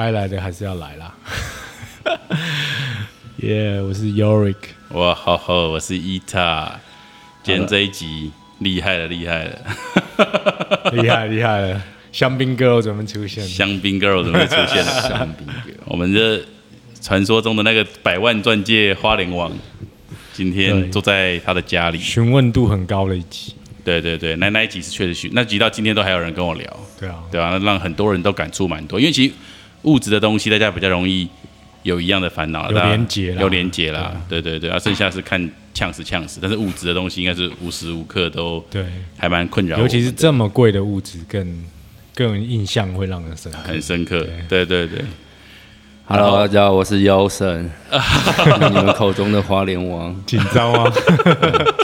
该来的还是要来啦。 耶、我是 Yorick，哇，好好，我是伊塔。今天这一集厉害了，厉害了！ 厉害厉害了，香槟 girl 怎么出现？香槟 girl 怎么会出现了？ 香槟 girl，我们这传说中的那个百万钻戒花莲王，今对天坐在他的家里。询问度很高的一集，对对对，那那一集是确实去，那集到今天都还有人跟我聊，对啊，对吧、那让很多人都感触蛮多，因为其实物质的东西大家比较容易有一样的烦恼，有大家连结啦有连结啦。对对对，啊，剩下是看呛死呛死，但是物质的东西应该是无时无刻都对，还蛮困扰我尤们的，其是这么贵的物质，更更印象会让人深刻。很深刻。对对对， Hello，大家好，我是妖神，你们口中的花莲王， 紧张吗？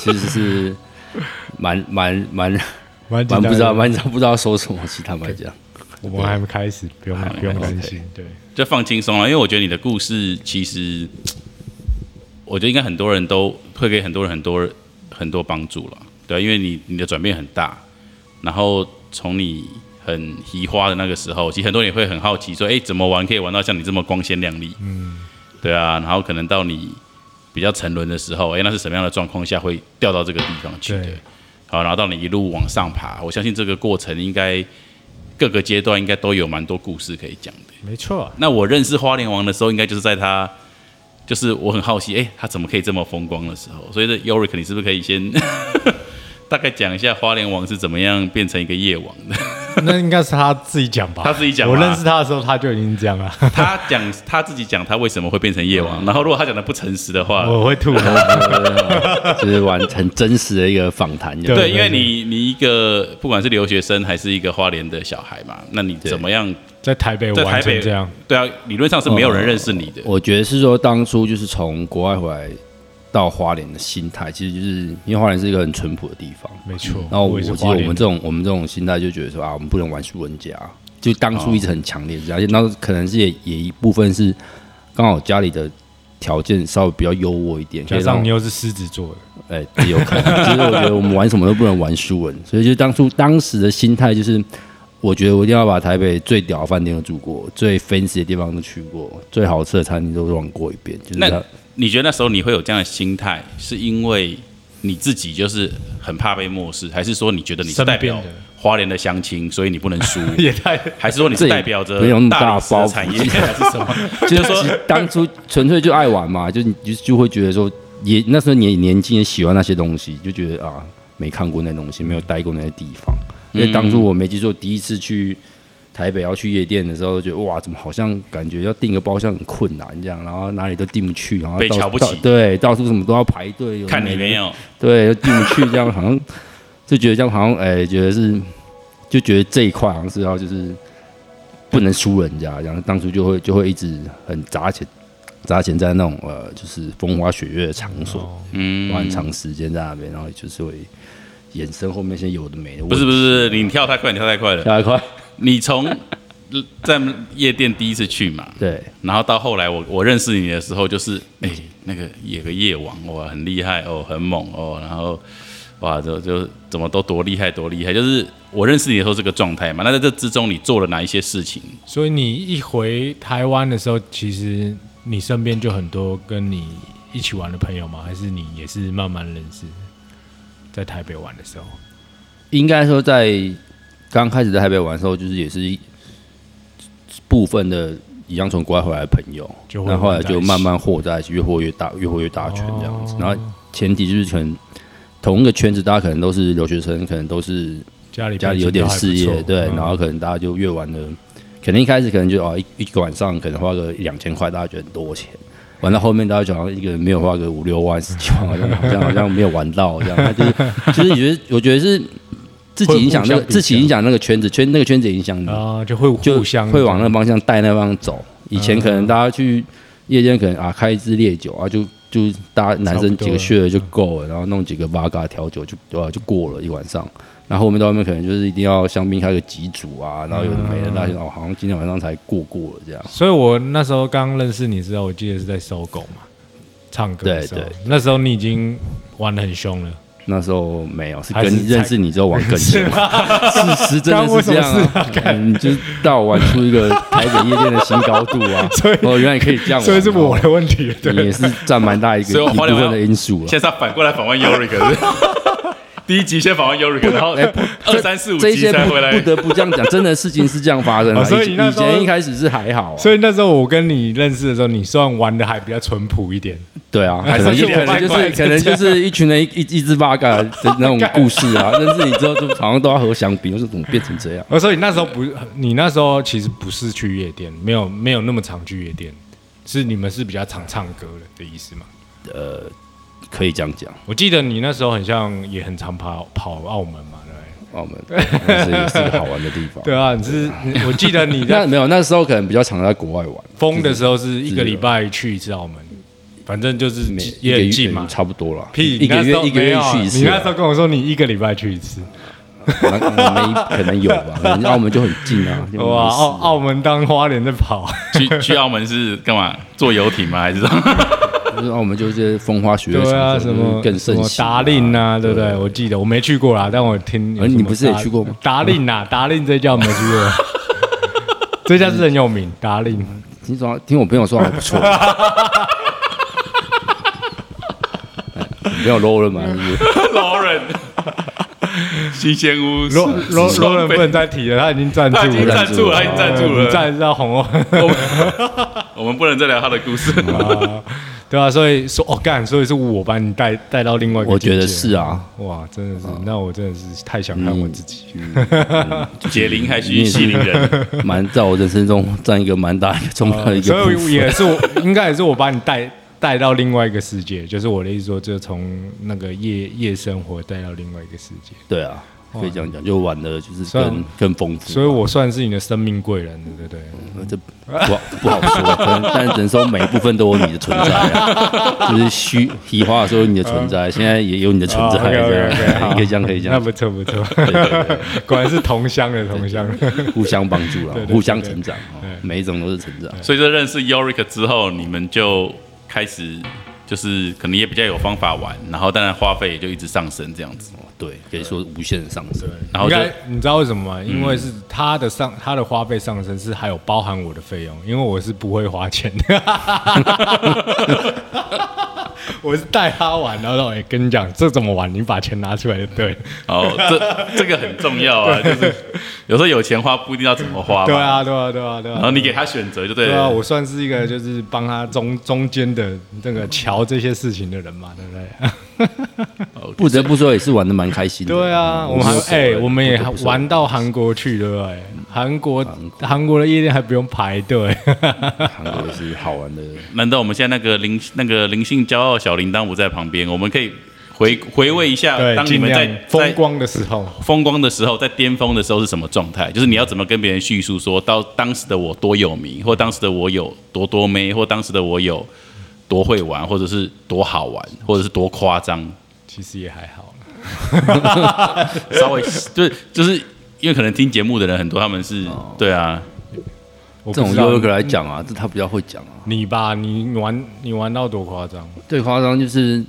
其实是蛮蛮蛮 蛮紧蛮张的不知道，蛮不知道说什么，其实坦白讲，我们还没开始，不哎用不用担心。对，就放轻松了，因为我觉得你的故事其实，我觉得应该很多人都会给很多人很多很多帮助了，对啊，因为你你的转变很大，然后从你很移花的那个时候，其实很多人也会很好奇说，哎、怎么玩可以玩到像你这么光鲜亮丽？嗯，对啊，然后可能到你比较沉沦的时候，哎、那是什么样的状况下会掉到这个地方去的对？好，然后到你一路往上爬，我相信这个过程应该各个阶段应该都有蛮多故事可以讲的。没错，那我认识花莲王的时候，应该就是在他，就是我很好奇，哎、他怎么可以这么风光的时候？所以这 Yorick，你是不是可以先 大概讲一下花莲王是怎么样变成一个夜王 的？那应该是他自己讲吧。他自己讲吧我认识他的时候他就已经这样 了，他讲他自己讲他为什么会变成夜王，然后如果他讲的不诚实的话，我会吐。就是完很真实的一个访谈，对对，因为你你一个不管是留学生还是一个花莲的小孩嘛，那你怎么样在台北在玩台北成这样，？对啊，理论上是没有人认识你的，我觉得是说当初就是从国外回来到花莲的心态，其实就是因为花莲是一个很淳朴的地方，没错。然哦后我我也记是得花我们莲这种我们这种心态就觉得说啊，我们不能玩输人家，就当初一直很强嗯烈这样，而且那时候可能是也也一部分是刚好家里的条件稍微比较优渥一点，可加以让上你又是狮子座的，哎、也有可能， 就是我觉得我们玩什么都不能玩输人，所以就当初当时的心态就是，我觉得我一定要把台北最屌的饭店都住过，最 fancy 的地方都去过，最好吃的餐厅都逛过一遍，就是那它你觉得那时候你会有这样的心态，是因为你自己就是很怕被漠视，还是说你觉得你是代表身边的花莲的乡亲，所以你不能 输？也太还是说你这是也代表着没有那么大大理石的包袱产业还是什么？ 就是就是说其实当初纯粹就爱玩嘛， 就你就就会觉得说，也那时候你也年轻，也喜欢那些东西，就觉得啊，没看过那东西，没有待过那些地方。因为当初我没记错，第一次去台北要去夜店的时候，就觉得哇，怎么好像感觉要订个包厢很困难这样，然后哪里都订不去，然后被到瞧不起到对，到处什么都要排队，有的看没你的没 有，对，就进不去，这样好像就觉得这样好像哎、觉得是就觉得这一块好像是要就是不能输人家，然后当初就会就会一直很砸钱砸钱在那种呃就是风花雪月的场所，嗯，花很长时间在那边，然后就是会衍生后面一些有的没的问不题。是不是，你跳太快，你跳太快了。下一块你从 在夜店第一次去嘛，对然后到后来我我认识你的时候，就是哎、那个有个夜王哇，很厉害哦，很猛哦，然后哇，就就怎么都多厉害多厉害，就是我认识你的时候这个状态嘛。那在这之中，你做了哪一些事情？所以你一回台湾的时候，其实你身边就很多跟你一起玩的朋友吗？还是你也是慢慢认识？在台北玩的时候，应该说在刚开始在台北玩的时候，就是也是一部分的一样从国外回来的朋友就，会那后来就混在一起哦慢慢和在一起，越和越大，越和越大圈这样子。然后前提就是可能同一个圈子，大家可能都是留学生，可能都是家里家里有点事业，嗯对，然后可能大家就越玩的，可能一开始可能就哦一一个晚上可能花个一两千块，大家觉得很多钱。玩到后面，大家觉得好像一个人没有花个五六万、十几万，好像好像好像没有玩到这样。那就是就是你觉得，我觉得是自己影响那会互相比个较自己影响那个圈子，圈那个圈子也影响你，啊、就会就互相嗯会往那个方向带那个方向走。以前可能大家去夜店，可能啊开一支烈酒啊，就就大家男差不生多几个血了就够了，然后弄几个 v 嘎调酒就对吧、就过了一晚上。然后我们到外面可能就是一定要香槟开个几组啊，然后有的嗯没的，那就哦好像今天晚上才过过了这样。所以我那时候刚认识你之后，我记得是在搜狗嘛，唱歌的时候，对对那时候你已经玩的很凶了，那时候没有，是跟还是才认识你之后玩更久是。 事实真的是这样干我什么事啊啊！嗯你就是带我玩出一个台北夜店的新高度啊！ 所以哦，原来你可以这样玩啊，所以是我的问题，你对也是占蛮大一所个以一我后来部我要分的因素了。现在他反过来访问 Yurik，第 一集先访问 Yurik，然后哎不 二三四五这集些才不回来不。得不这样讲，真的事情是这样发生的、哦所以以你那以时候前一开始是还好、啊，所以那时候我跟你认识的时候，你算玩的还比较淳朴一点，对啊，还可能是就两可能万就块是可能就是一群人一一一只八嘎的那种故 事啊。认识你之后，就好像都要和相比，我说怎么变成这样？哦，所以那时候不，你那时候其实不是去夜店，没有没有那么常去夜店，是你们是比较常唱歌的的意思吗？呃可以这样讲，我记得你那时候很像也很常跑跑澳门嘛，对不对？澳门是也是一个好玩的地方。对啊，你是你我记得你那在没有，那时候可能比较常在国外玩，疯的时候是一个礼拜去一次澳门，反正就是每一也个很月近嘛嗯。差不多了，屁，一个你那时月候一个月没有啊去一你次那时候啊，跟我说你一个礼拜去一次，可能没可能有吧，可能澳门就很近啊。就没 事哇，澳澳门当花莲在跑，去去澳门是干嘛？坐游艇吗？还是什么？ 就是澳门就是风花雪月什对么啊，的，什么嗯更盛什么行达令啊，对不对？我记得我没去过啦，但我听有而什么你不是也达去过吗达令 啊，达令这家我没去过，这家是很有名，达令。听说听我朋友说还不错。没有 low 了嘛？是不是 Lauren，新鲜屋，罗罗双罗人倍不能再提了，他已经站住他已经了，站住了，他已经站住你了。站到红红。我们我们不能再聊他的故事。 对啊，所以说哦干，所以是我把你带带到另外一个我觉得境界是啊，哇，真的是，那我真的是太小看我自己。解铃还须系铃嗯人，蛮在我人生中占一个蛮大一个重要的一个哦所部以分。也是我，应该也是我把你带带到另外一个世界，就是我的意思说，就从那个夜夜生活带到另外一个世界，对啊，可以这样讲，就玩的就是所以更更丰富。所以我算是你的生命贵人，对 不对？呃这不好不好说，可能但只能说每一部分都有你的存在啊，就是虚虚化的时候有你的存在，现在也有你的存在， o k o 这 k o k 样可以这样可以这哦那样，不错不错，对对对果然是同乡的同乡。互相帮助对了对，对互相成长，哦对每一种都是成长。 所以在认识 Yorick 之后，你们就开始就是可能也比较有方法玩，然后当然花费也就一直上升这样子。对，可以说无限的上升。然后哦应就该你知道为什么吗？嗯因为是他的上他的花费上升是还有包含我的费用，因为我是不会花钱的， 我是带他玩，然后让我跟你讲这怎么玩，你把钱拿出来就对了。哦，这这个很重 要啊，就是有时候有钱花不一定要怎么花对嘛。啊，对啊，对啊，对然后啊。你给他选择就对对啊，了。我算是一个就是帮他中中间的那个桥这些事情的人嘛，对不对？不得不说，也是玩的蛮开心的。对 啊，我们还不得不说哎、我们也不得不说玩到韩国去，对不对？韩国韩国的夜店还不用排队，啊 韩国是好玩的。难道我们现在那个灵那个灵性骄傲小铃铛不在旁边，我们可以回回味一下， 对，当你尽们在量在风光的时候。风光的时候，在巅峰的时候是什么状态？就是你要怎么跟别人叙述说到当时的我多有名，或当时的我有多多妹，或当时的我有多会玩，或者是多好玩，或者是多夸张。其实也还好啦，稍 微就是就是因为可能听节目的人很多，他们是、对啊，我这不种知道 York 来讲啊，这他比较会讲啊。你吧，你玩你玩到多夸张最夸张就是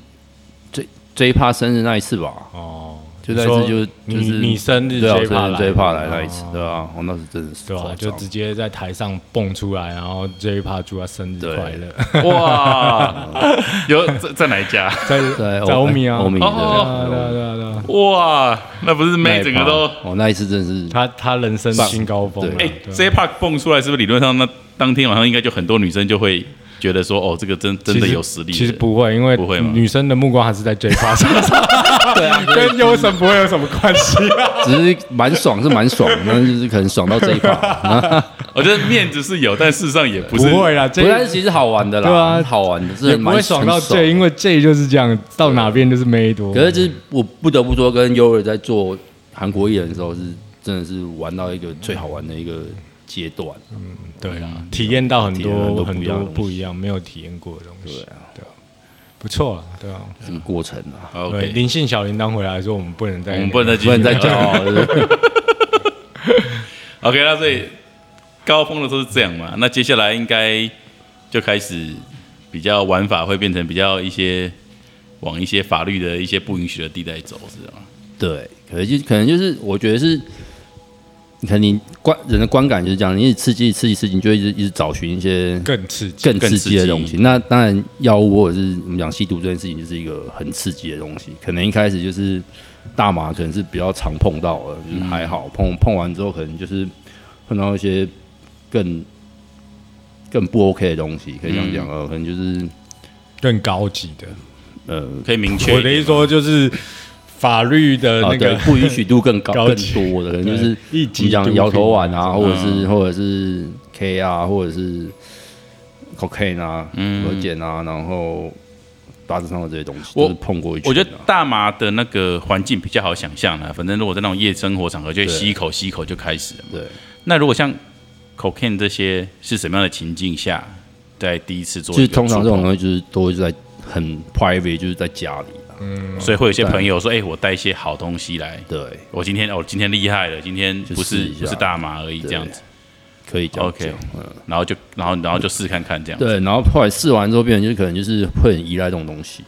最最怕生日那一次吧，哦？就那一次就说就你是你生日对啊，最怕生日来最怕来那一次哦，对啊，我那时真的是对吧、夸张就直接在台上蹦出来，然后最怕祝他生日对快乐， 哇， 有在在哪一家？在在在欧米啊，啊欧米对对啊哦对啊对对啊对啊，哇，那不是那妹一整个趴都哦，那一次 真是他他人生棒新高峰啊，哎、对对啊 j Park 蹦出来是不是理论上那当天晚上应该就很多女生就会觉得说哦，这个真真的其实有实力的其实不会，因为不会吗女生的目光还是在 J 趴身上，对啊，跟优神不会有什么关系啊。只是蛮爽，是蛮爽，但是就是可能爽到这一把，我觉得面子是有，但事实上也不不是会啦，不 这过但是其实好玩的啦，对啊好玩的，也是不蛮会爽到很 J，因为 J 就是这样，到哪边就是妹多。可是就是我不得不说，跟优儿在做韩国艺人的时候，是真的是玩到一个最好玩的一个阶段。对啊，体验到很嗯体验到多都很不一多样的东西不一样没有体验过的东西。对啊，不错啊，对啊。这个过程啊，好对， OK，灵性小铃铛回来说，我们不能再，我们不能再继不续能再聊 骄傲了，是不是 OK，那所以高峰的时候是这样嘛？那接下来应该就开始比较玩法会变成比较一些往一些法律的一些不允许的地带走，是吗？对，可能就可能就是我觉得是，你看你观人的观感就是这样，你一直刺激刺激刺激，你就一直一直找寻一些更刺激。更刺激的东西。那当然，药物或者是我们讲吸毒这件事情，就是一个很刺激的东西。可能一开始就是大麻，可能是比较常碰到的，就是嗯还好碰碰完之后，可能就是碰到一些更更不 OK 的东西，可以这样嗯讲呃，可能就是更高级的。呃，可以明确一点。我的意思说就是法律的啊，那对个，不允许度更高、 高更级多的，可能就是对一你级毒讲品摇头丸啊，或者是或者是 K 啊，或者是 cocaine 啊、嗯和碱啊，然后八字上的这些东西，我都是碰过一圈啊。我觉得大麻的那个环境比较好想象啦，反正如果在那种夜生活场合，就会对吸一口吸一口就开始了嘛。对，那如果像 cocaine 这些是什么样的情境下，在第一次做就一个是触碰？通常这种东西就是都会在很 private，就是在家里啊。所以会有一些对朋友说：“哎、我带一些好东西来，对，我今天哦，今天厉害了，今天就不是试一下不是大麻而已这样子。可以这样 OK，讲。然后就然后然后就试看看这样。对，然后后来试完之后，变成就是可能就是会很依赖这种东西，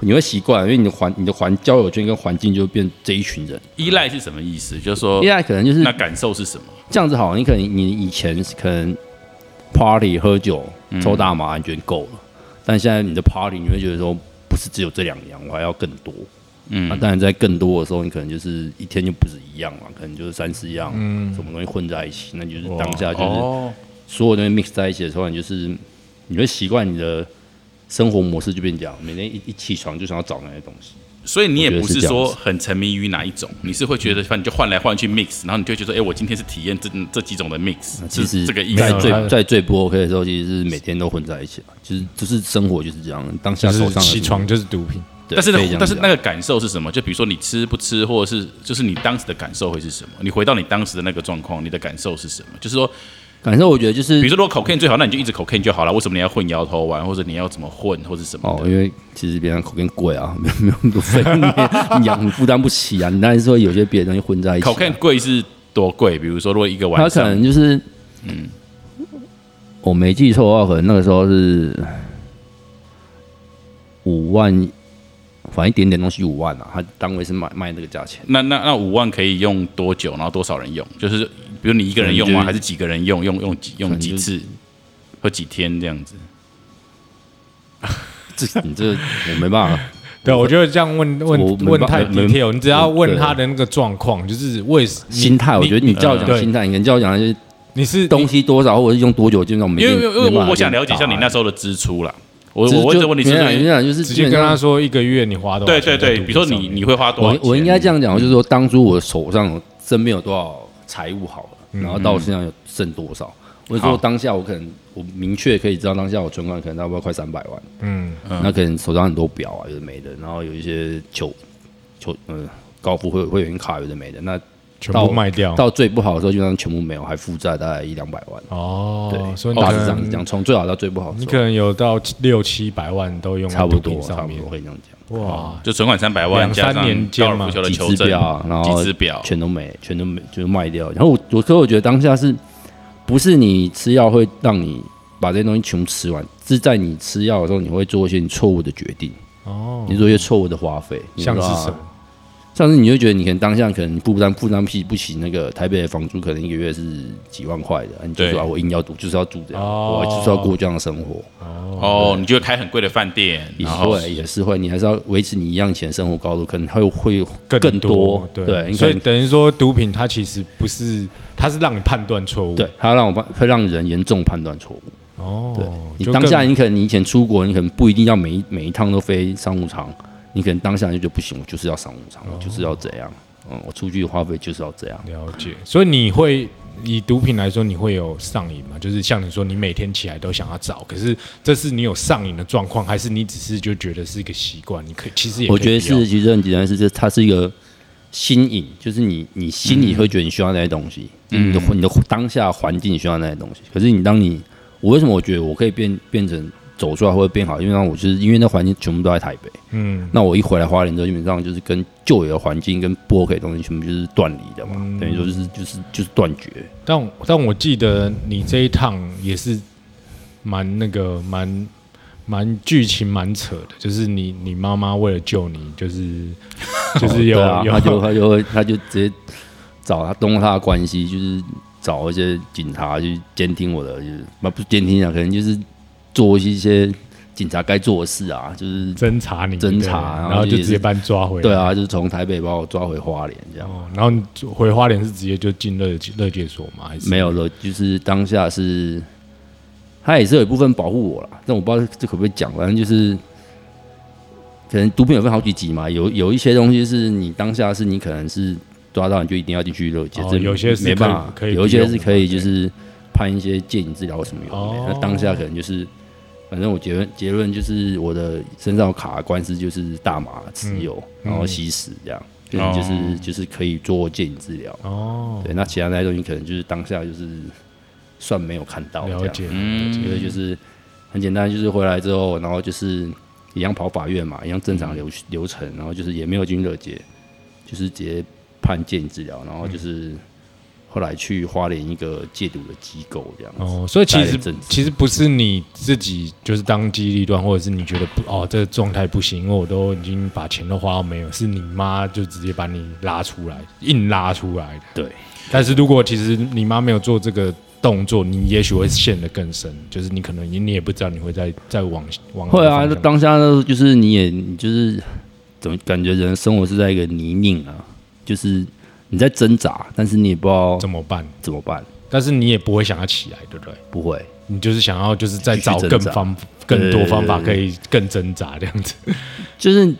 你会习惯，因为你的环你的环交友圈跟环境就变这一群人，依赖是什么意思？就是说依，赖可能就是那感受是什么？这样子好，你可能你以前可能 party 喝酒抽大麻你觉得够了，但现在你的 party 你会觉得说不是只有这两样，我还要更多。啊嗯那、当然在更多的时候，你可能就是一天就不止一样嘛，可能就是三四样，什么东西混在一起，那就是当下就是嗯哦，所有东西 mix 在一起的时候，你就是你会习惯你的生活模式就变这样，每天一一起床就想要找那些东西。所以你也我觉得不是是这样说子嗯很沉迷于哪一种，你是会觉得反正你就换来换去 mix，然后你就会觉得，哎、我今天是体验这这几种的 mix，其实是这个意在没有思吗。他最在最不 OK 的时候，其实是每天都混在一起嘛，就是就是生活就是这样，当下就手是上的起东西床就是毒品，对但是可以这呢，样但是讲那个感受是什么？就比如说你吃不吃，或者是就是你当时的感受会是什么？你回到你当时的那个状况，你的感受是什么？就是说，感受，我觉得就是比如说如果 cocaine 最好，那你就一直 cocaine 就好了。为什么你要混摇头丸，或者你要怎么混，或者什么哦，的？因为其实别人口更贵啊，没有没有那么多费，你养你负担不起啊，你当然说有些别的东西混在一起、啊， cocaine 贵是多贵？比如说，如果一个他晚可上能就是嗯，我没记错的话，可能那个时候是五万，反正一点点东西五万啊，他单位是卖卖那个价钱。 那那那五万可以用多久？然后多少人用？就是比如你一个人用可能吗？还就是是几个人用？用用几可用能几就是次？或几天这样子？这你这我没办法，对啊我觉得这样问我问没问办太没 detail，你只要问对啊他的那个状况，就是为什心态我觉得你叫我对讲心态，你叫我讲就是你是东西多少，或者是用多久，基本上没因为因为因为没办我法我想了解一下你那时候的支出啦。我我问啊就这个问题没是有因啦没为有啦就是直基接本跟上他说一个月你花多少对钱对在毒品上对，面？比如说你你会花多少我钱？我应该这样讲，就是说当初我手上真没有多少财务好了，嗯然后到现在有剩多少，我是好说当下我可能我明确可以知道当下我存款可能差不多快三百万，嗯，那可能手上很多表啊，有的没的，然后有一些球球嗯高富会会员卡有的没的，那哦全到部卖掉到最不好的时候基本上全部没有，还负债大概一两百万。哦，所以你大可致上是这能样，从最好到最不好的你时可候，能有到六七百万都用在差不毒多品差上不面多，会这样讲。哇，就存款三百万，两加三上年高间尔嘛夫球的几球只证表，啊然后几只表，全都没，全都没，就是卖掉。然后我，我可我觉得当下是不是你吃药会让你把这些东西全部吃完？是在你吃药的时候，你会做一些你错误的决定，哦，你做一些错误的花费，你像知是道吗什么？像是你会觉得你可能当下可能负担负担不起不起那个台北的房租，可能一个月是几万块的，啊你就对说啊，我硬要住，就是要住这样，哦我就是要过这样的生活，哦，你就会开很贵的饭店，也然是后会也是会，你还是要维持你一样以前的生活高度，可能会会更啊多，对，对，你所可以能等于说毒品它其实不是，它是让你判断错误，对，它让我判会让人严重判断错误。哦，你就当更下你可能你以前出国，你可能不一定要每一每一趟都飞商务舱，你可能当下你就觉得不行，我就是要商务舱，我哦就是要这样，嗯，我出去的花费就是要这样。了解，所以你会以毒品来说，你会有上瘾吗？就是像你说，你每天起来都想要找，可是这是你有上瘾的状况，还是你只是就觉得是一个习惯？你可以其实也可以我觉得不要是，其实很简单，是这它是一个新颖，就是你你心嗯里会觉得你需要那些东西，你的你的当下环境需要那些东西。可是你当你我为什么我觉得我可以变变成走出来会变好？因为让我就是因为那环境全部都在台北，嗯，那我一回来花莲之后，基本上就是跟旧有的环境跟不 OK 的东西全部就是断离的嘛，嗯等于说就是就是就是断绝。但但我记得你这一趟也是蛮那个蛮蛮剧情蛮扯的，就是你你妈妈为了救你， 就是就是有、对啊，有他就他就他就直接找他动用他的关系，就是找一些警察去监听我的，就是那不是监听啊，可能就是做一些警察该做的事啊，就 是侦查你，侦查对然后然后就也直是接把你抓回来。对啊，就是从台北把我抓回花莲这样。哦，然后你回花莲是直接就进乐乐界所吗？还是没有了，就是当下是，他也是有一部分保护我啦，但我不知道这可不可以讲，反正就是，可能毒品有分好几级嘛，有有一些东西是你当下是你可能是抓到你就一定要进去乐界，哦这有些是没办可以可法，以有一利些用是的可嘛以对就是判一些戒瘾治疗或什么有的没哦那当下可能就是。反正我结论结论就是我的身上有卡的官司就是大麻持有，嗯然后吸食这样，可能就是、哦就是可以做戒瘾治疗。哦，对，那其他那些东西可能就是当下就是算没有看到，了解，，嗯因为就是很简单，就是回来之后，然后就是一样跑法院嘛，一样正常嗯流、流程，然后就是也没有进热结，就是直接判戒瘾治疗，然后嗯就是后来去花莲一个戒毒的机构这样子。哦，所以其待了实一阵子其实不是你自己就是当机立断，或者是你觉得不哦这个状态不行，因为我都已经把钱都花到没有，是你妈就直接把你拉出来，硬拉出来的。对，但是如果其实你妈没有做这个动作，你也许会陷得更深，就是你可能你你也不知道你会再再往往会啊，那那当下呢，就是你也你就是怎么感觉人的生活是在一个泥泞啊，就是你在挣扎，但是你也不知道怎么办？怎么办，但是你也不会想要起来，对不对？不会。你就是想要就是再继续找挣更扎方更多对方法对可以更挣扎这样子，就是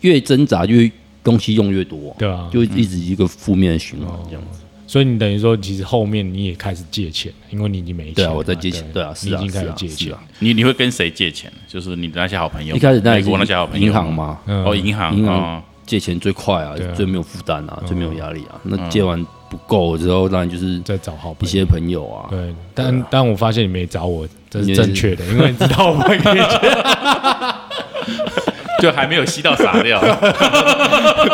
越挣扎越东西用越多，对啊。哦就一直一个负面的循环这样子。所以你等于说，其实后面你也开始借钱，因为你已经没钱了嘛。对啊，我在借钱，不对啊，是你已啊，经开是始啊，借是钱。啊。你你会跟谁借钱？就是你的那些好朋友，一开始当美然是国那些好朋友，银行，嘛，嗯哦，银行，银行哦借钱最快啊对啊，最没有负担啊，最没有压力啊。嗯那借完不够之后，当然就是再找好一朋友。些朋友啊，对，但但我发现你没找我，这是你正确的，因为你知道我会给你就还没有吸到傻 料。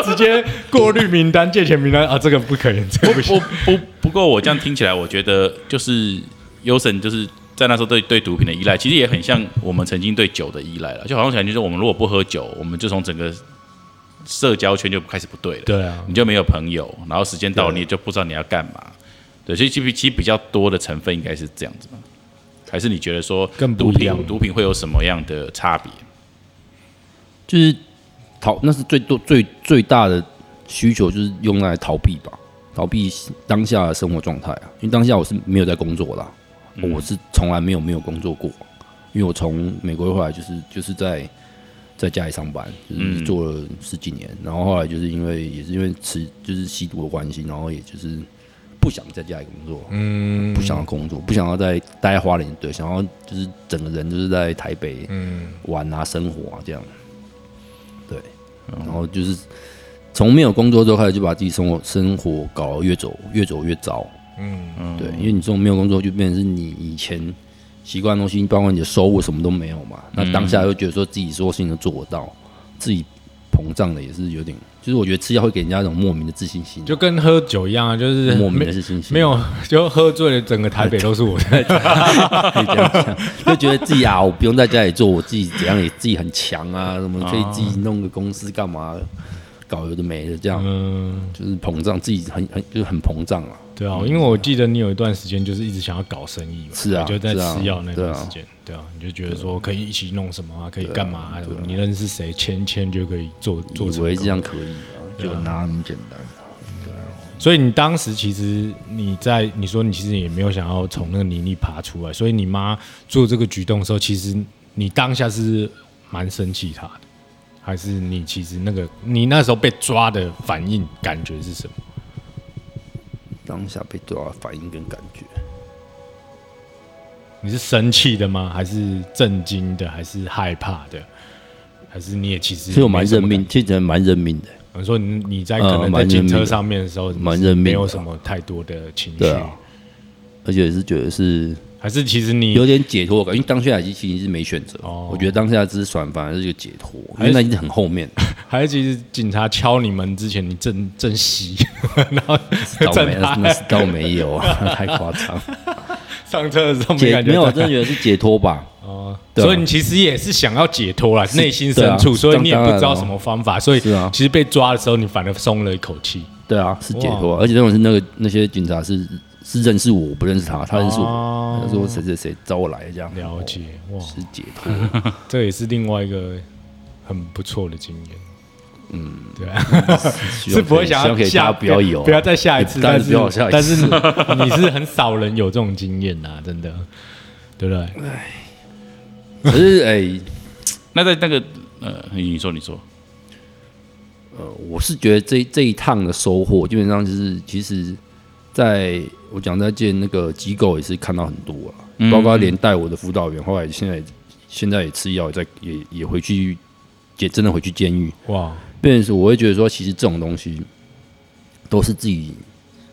直接过滤名单、借钱名单啊，这个不可能，这个不行。不不不过我这样听起来，我觉得就是优神就是在那时候对对毒品的依赖，其实也很像我们曾经对酒的依赖了。就好像感觉就是我们如果不喝酒，我们就从整个社交圈就开始不对了。对啊，你就没有朋友，然后时间到了对你也就不知道你要干嘛。对，所以其实其实比较多的成分应该是这样子吧？还是你觉得说更不毒一样品毒品会有什么样的差别？就是逃，那是最多最最大的需求就是用来逃避吧，逃避当下的生活状态啊。因为当下我是没有在工作的啊、嗯我是从来没有没有工作过，因为我从美国回来就是就是在在家里上班，嗯就是做了十几年，然后后来就是因为也是因为吃就是吸毒的关系，然后也就是不想在家里工作，嗯不想要工作，不想要再待在花莲，对，想要就是整个人就是在台北嗯，玩啊、生活啊这样。对，嗯然后就是从没有工作之后开始，就把自己生活生活搞得越走越走越糟。嗯，对，因为你这种没有工作，就变成是你以前习惯的东西，包括你的收入什么都没有嘛。嗯那当下又觉得说自己所有事情都做得到，自己膨胀的也是有点，就是我觉得吃药会给人家一种莫名的自信心，就跟喝酒一样啊，就是莫名的没自信心，没有就喝醉了，整个台北都是我的。可以这样讲， 就觉得自己啊，我不用在家里做，我自己怎样也自己很强啊，什么可以自己弄个公司干嘛，搞有的没的，这样嗯，就是膨胀，自己很很就是很膨胀啊。对啊，因为我记得你有一段时间就是一直想要搞生意嘛，是啊你就在是啊吃药那对段啊时间，对啊，你就觉得说可以一起弄什么啊，可以干嘛啊，你认识谁签一签就可以做做以成为功这样可以啊，就哪那么简单？所以你当时其实你在你说你其实也没有想要从那个泥里爬出来，所以你妈做这个举动的时候，其实你当下是蛮生气她的，还是你其实那个你那时候被抓的反应感觉是什么？当下被抓的反应跟感觉，你是生气的吗？还是震惊的？还是害怕的？还是你也其实其实我蛮没什认么命，其实蛮认命的，感？我说你你在呃可能在蛮认警车命的上面的时候，蛮认命没有的什么太多的情绪对，啊而且也是觉得是还是其实你有点解脱感，因为当下已经其实是没选择哦。我觉得当下之爽反而是一个解脱，因还为是那已经很 后面，还是其实警察敲你门之前，你正正吸， 然后倒正没那拍那是 倒没有啊，太夸张。上车的时候没解感觉没有，到我真的觉得是解脱吧。哦，啊，对啊所以你其实也是想要解脱啦，内心对啊深处，所以当你也不当然知道了什么方法，所以是啊其实被抓的时候，你反而松了一口气。对啊，是解脱啊，而且这种是那个那些警察是是认识我，我不认识他，他认识哦我，他说谁谁谁找我来这样，了解，哇，是解 脱。这也是另外一个很不错的经验。嗯，对啊，希望是不会可以想希要望可以下大家不要有啊，不要再下一次，当但然是不要下一次但是你你是很少人有这种经验呐，真的，对不对？可是哎，那在那个呃，你说你说，我是觉得这这一趟的收获，基本上就是其实在我讲在见那个机构也是看到很多啊，包括连带我的辅导员，后来现在现在也吃药，也在也也回去，也真的回去监狱。哇，变成是我会觉得说，其实这种东西都是自己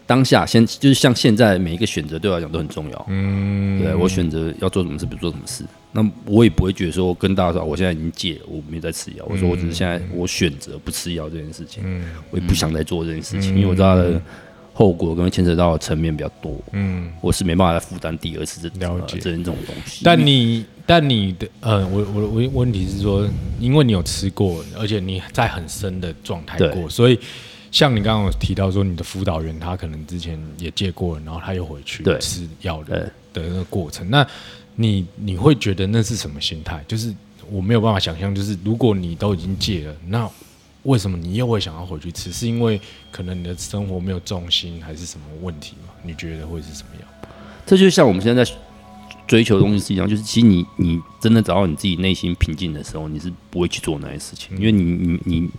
当下先，就是像现在每一个选择对我来讲都很重要。嗯，对我选择要做什么事，不做什么事，那我也不会觉得说跟大家说，啊我现在已经戒了，我没有在吃药。我说我只是现在嗯我选择不吃药这件事情，我也不想再做这件事嗯情，因为我知道它的后果跟牵扯到的层面比较多，嗯，我是没办法来负担第二次这了解呃这这种东西。但你但你的呃，我我我问题是说，因为你有吃过，而且你在很深的状态对过，所以像你刚刚有提到说，你的辅导员他可能之前也戒过了，然后他又回去对吃药的的那个过程，那你你会觉得那是什么心态？就是我没有办法想象，就是如果你都已经戒了，那为什么你又会想要回去吃？是因为可能你的生活没有重心，还是什么问题吗？你觉得会是什么样？这就像我们现在在追求的东西是一样，就是其实你你真的找到你自己内心平静的时候，你是不会去做那些事情，因为你你你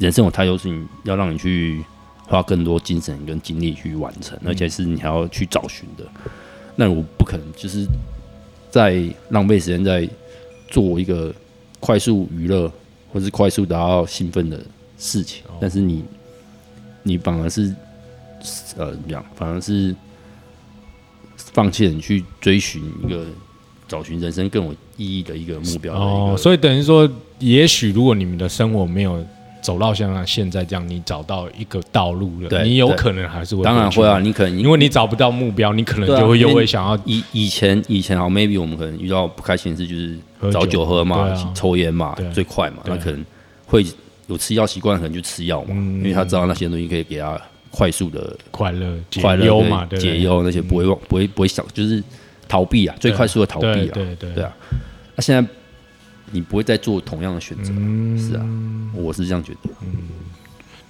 人生有太多事情要让你去花更多精神跟精力去完成，嗯而且是你还要去找寻的。那我不可能就是在浪费时间在做一个快速娱乐或是快速达到兴奋的事情，哦但是你你反而是呃怎么讲，反而是放弃了你去追寻一个找寻人生更有意义的一个目标的一哦个，所以等于说，也许如果你们的生活没有走到像现在这样，你找到一个道路了，对你有可能还是会当然回去会啊，，你可能因为你找不到目标，你可能对啊就会又因为会想要以以前以前好，maybe 我们可能遇到不开心的事就喝是找酒酒喝嘛，对啊抽烟嘛对，最快嘛，对啊那可能会有吃药习惯，可能就吃药嘛，嗯因为他知道那些东西可以给他快速的快乐、解快乐忧嘛，对对不嗯解对？忧那些不会忘，不会不会想，就是逃避啊，最快速的逃避啊，对对对对啊。那现在你不会再做同样的选择，嗯是啊，我是这样觉得。嗯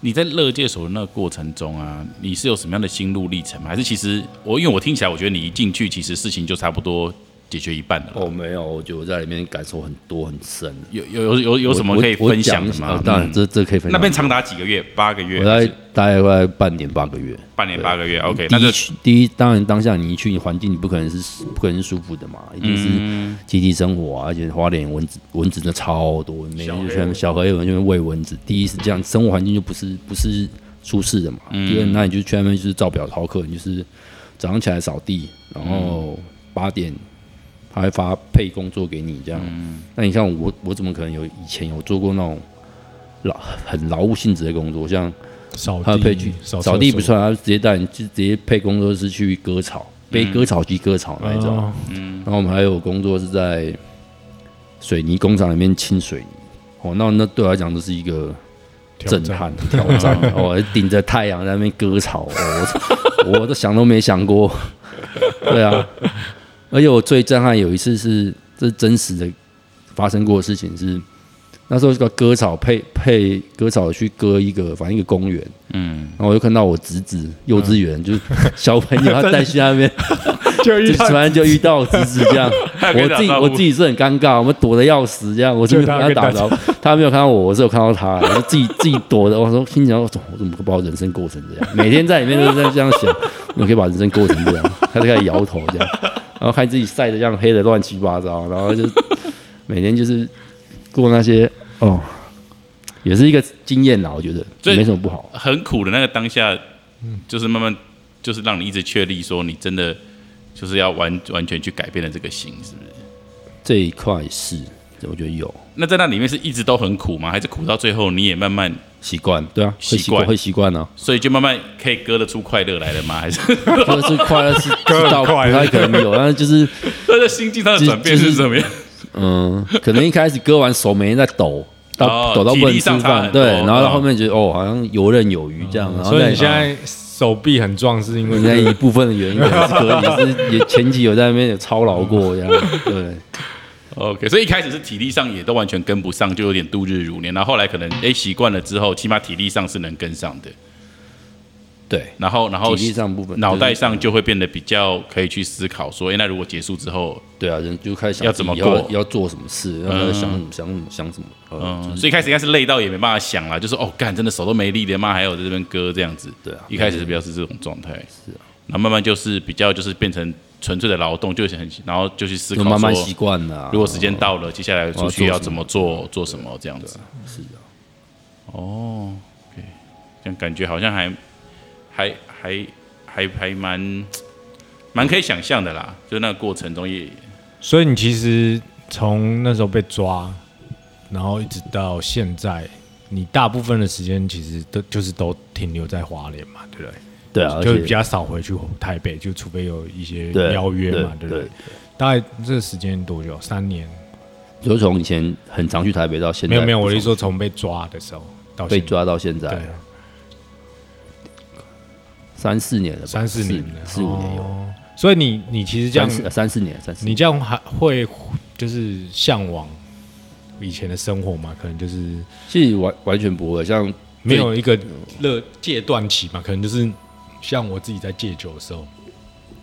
你在乐界所的那个过程中啊，你是有什么样的心路历程吗？还是其实我因为我听起来，我觉得你一进去，其实事情就差不多解决一半了啦。哦，没有，我觉得我在里面感受很多很深。有有有有有什么可以我我分享的我讲一吗下？哦当然，嗯这这可以分享。那边长达几个月，八个月，我大概还是大概快半年八个月。半年八个月。OK，第那一就去，第一，当然当下你一去，你环境你不可能是不可能是舒服的嘛，一定嗯是集体生活啊，而且花莲蚊子蚊子真的超多，每小黑天就全小河有人就喂蚊子。第一是这样，生活环境就不是不是舒适的嘛。嗯第二，那你就去那边就是照表逃课，你就是早上起来扫地，然嗯后八点他会发配工作给你这样。嗯那你看我我怎么可能有以前有做过那种劳很劳务性质的工作，像扫他地、的配去扫扫地厕不所算，他直接带你就直接配工作室去割草，背割草机割草那一种。嗯哦然后我们还有工作是在水泥工厂里面清水泥，哦，那那对我来讲就是一个挑震战撼挑 战，我哦顶着太阳在那边割草，哦我 我都想都没想过， 对啊，而且我最震撼有一次是这是真实的发生过的事情是，那时候这个割草配配割草去割一个反正一个公园，嗯，然后我就看到我侄子幼稚园、就是小朋友他带去那边。 就 就遇到突然就遇到侄子 这样，跟你我打自己招呼我自己是很尴尬，我们躲得要死这样，我是就跟他他跟打大家招呼， 他没有看到我，我是有看到他，我就自己自己躲的。我说心想，我怎么我怎么会把我人生过成这样？每天在里面都是这样想，我可以把人生过成这样？ 他就开始摇头这样，然后看自己晒得这样黑的乱七八糟，然后就每天就是过那些哦，也是一个经验啦，我觉得所以没什么不好。很苦的那个当下，就是慢慢就是让你一直确立说你真的就是要完完全去改变了这个心，是不是？这一块是，我觉得有。那在那里面是一直都很苦吗？还是苦到最后你也慢慢，习惯，对啊，会习习惯惯，会习惯啊。所以就慢慢可以割得出快乐来了吗？还是 歌 是快乐是知道不快乐太可能有，但是就是他的心境上的转变是怎么样？嗯，可能一开始割完手每天在抖，哦到抖到不能体力吃上差饭，很多对，然后嗯到后面觉得哦，好像游刃有余这样，然后啊所以再你现在手臂很壮，是因为 应该一部分的原因也是可能也是也前期有在那边有操劳过这样，对， OK，所以一开始是体力上也都完全跟不上，就有点度日如年。然后后来可能哎习惯了之后，起码体力上是能跟上的。对，然后然后体力上部分脑袋就是上就会变得比较可以去思考说，哎，那如果结束之后，对啊，人就开始想要怎么自己要过嗯要做什么事，然后想什么想什么想什么，嗯，嗯，所以一开始应该是累到也没办法想了，就是哦，干，真的手都没力了，妈还有在这边割这样子。对啊一开始是比较是这种状态。是啊，然后慢慢就是比较就是变成纯粹的劳动，就是很，然后就去思考就说，慢慢习惯了啊。如果时间到了，接下来出去我要要做什么怎么做，做什么这样子。是啊，哦，OK，这样感觉好像还还还还还蛮蛮可以想象的啦，就那个过程中也所以你其实从那时候被抓，然后一直到现在，你大部分的时间其实都就是都停留在花莲嘛，对不对？对就啊，是而且比较少回去台北，就除非有一些对邀约嘛，对对不对对？大概这时间多久？三年？就从以前很常去台北到现在，没有没有，我是说从被抓的时候到被现在，抓到现在对，三四年了吧，三四年了，四五年有，哦。所以你你其实这样三，四三四年，三四你这样还会就是向往以前的生活嘛？可能就是其实完完全不会，像没有一个热戒断期嘛，可能就是像我自己在戒酒的时候，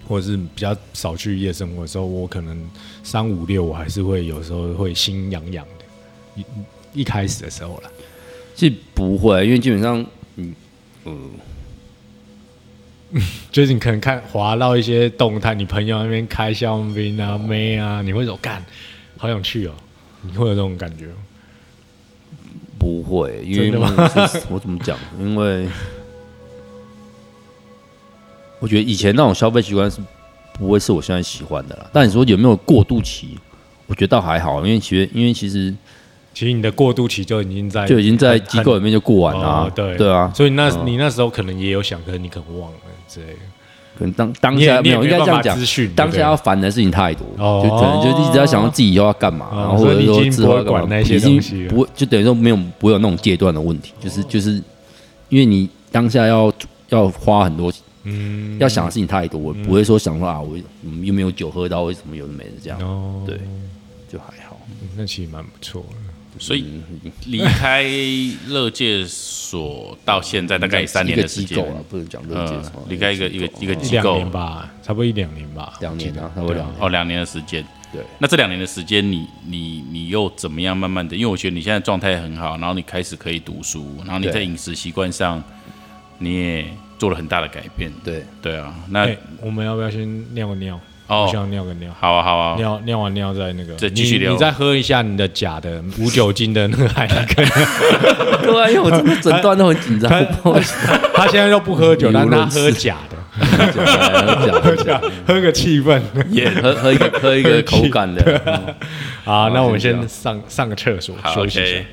或者是比较少去夜生活的时候，我可能三五六我还是会有时候会心痒痒的，一一开始的时候啦。其实不会，因为基本上就是你可能看滑到一些动态，你朋友那边开香槟啊、妹啊，你会说干，好想去哦，你会有这种感觉吗。不会，因真为的吗我是 我怎么讲？因为我觉得以前那种消费习惯是不会是我现在喜欢的啦。但你说有没有过渡期？我觉得倒还好，因为其实因为其实其实你的过渡期就已经在就已经在机构里面就过完了、啊哦对对啊，所以那、你那时候可能也有想，可是你可能忘了之类的。可能当当你也下没有你应也没该这办样法讲资讯对，不对当下要烦的事情太多，哦就可能就一直在想到自己以后要干嘛，哦然后或所者以你已说经之后不会要干管嘛，那些已东西经了哦不会就等于说没有不会有那种戒断的问题，就是就是因为你当下要要花很多，嗯，要想的事情太多，不会说想说啊我嗯又没有酒喝到，为什么有的没的这样，哦，对，就还好，那其实蛮不错的。所以离开乐界所到现在大概也三年一的个时机间构，了，不能讲乐界嗯什么，离开一个一个一个一机两构年吧，差不多一两年吧。啊两年啊，差不多对两啊年，哦，两年的时间。对，那这两年的时间，你你你又怎么样慢慢的？因为我觉得你现在状态很好，然后你开始可以读书，然后你对在饮食习惯上你也做了很大的改变。对，对啊，那、哎，我们要不要先尿个尿？哦我想尿个尿。好啊好啊，尿尿完尿再那个，再继续你聊你再喝一下你的假的无酒精的那个海尼 根，对啊，因为 我真的整段都很紧张，不好意思，他现在都不喝酒，语无但他伦次喝假的，啊讲讲讲。喝个气氛。也喝喝一个喝一个口感的，嗯好，那我们先这先样上上个厕所好休息一下 OK。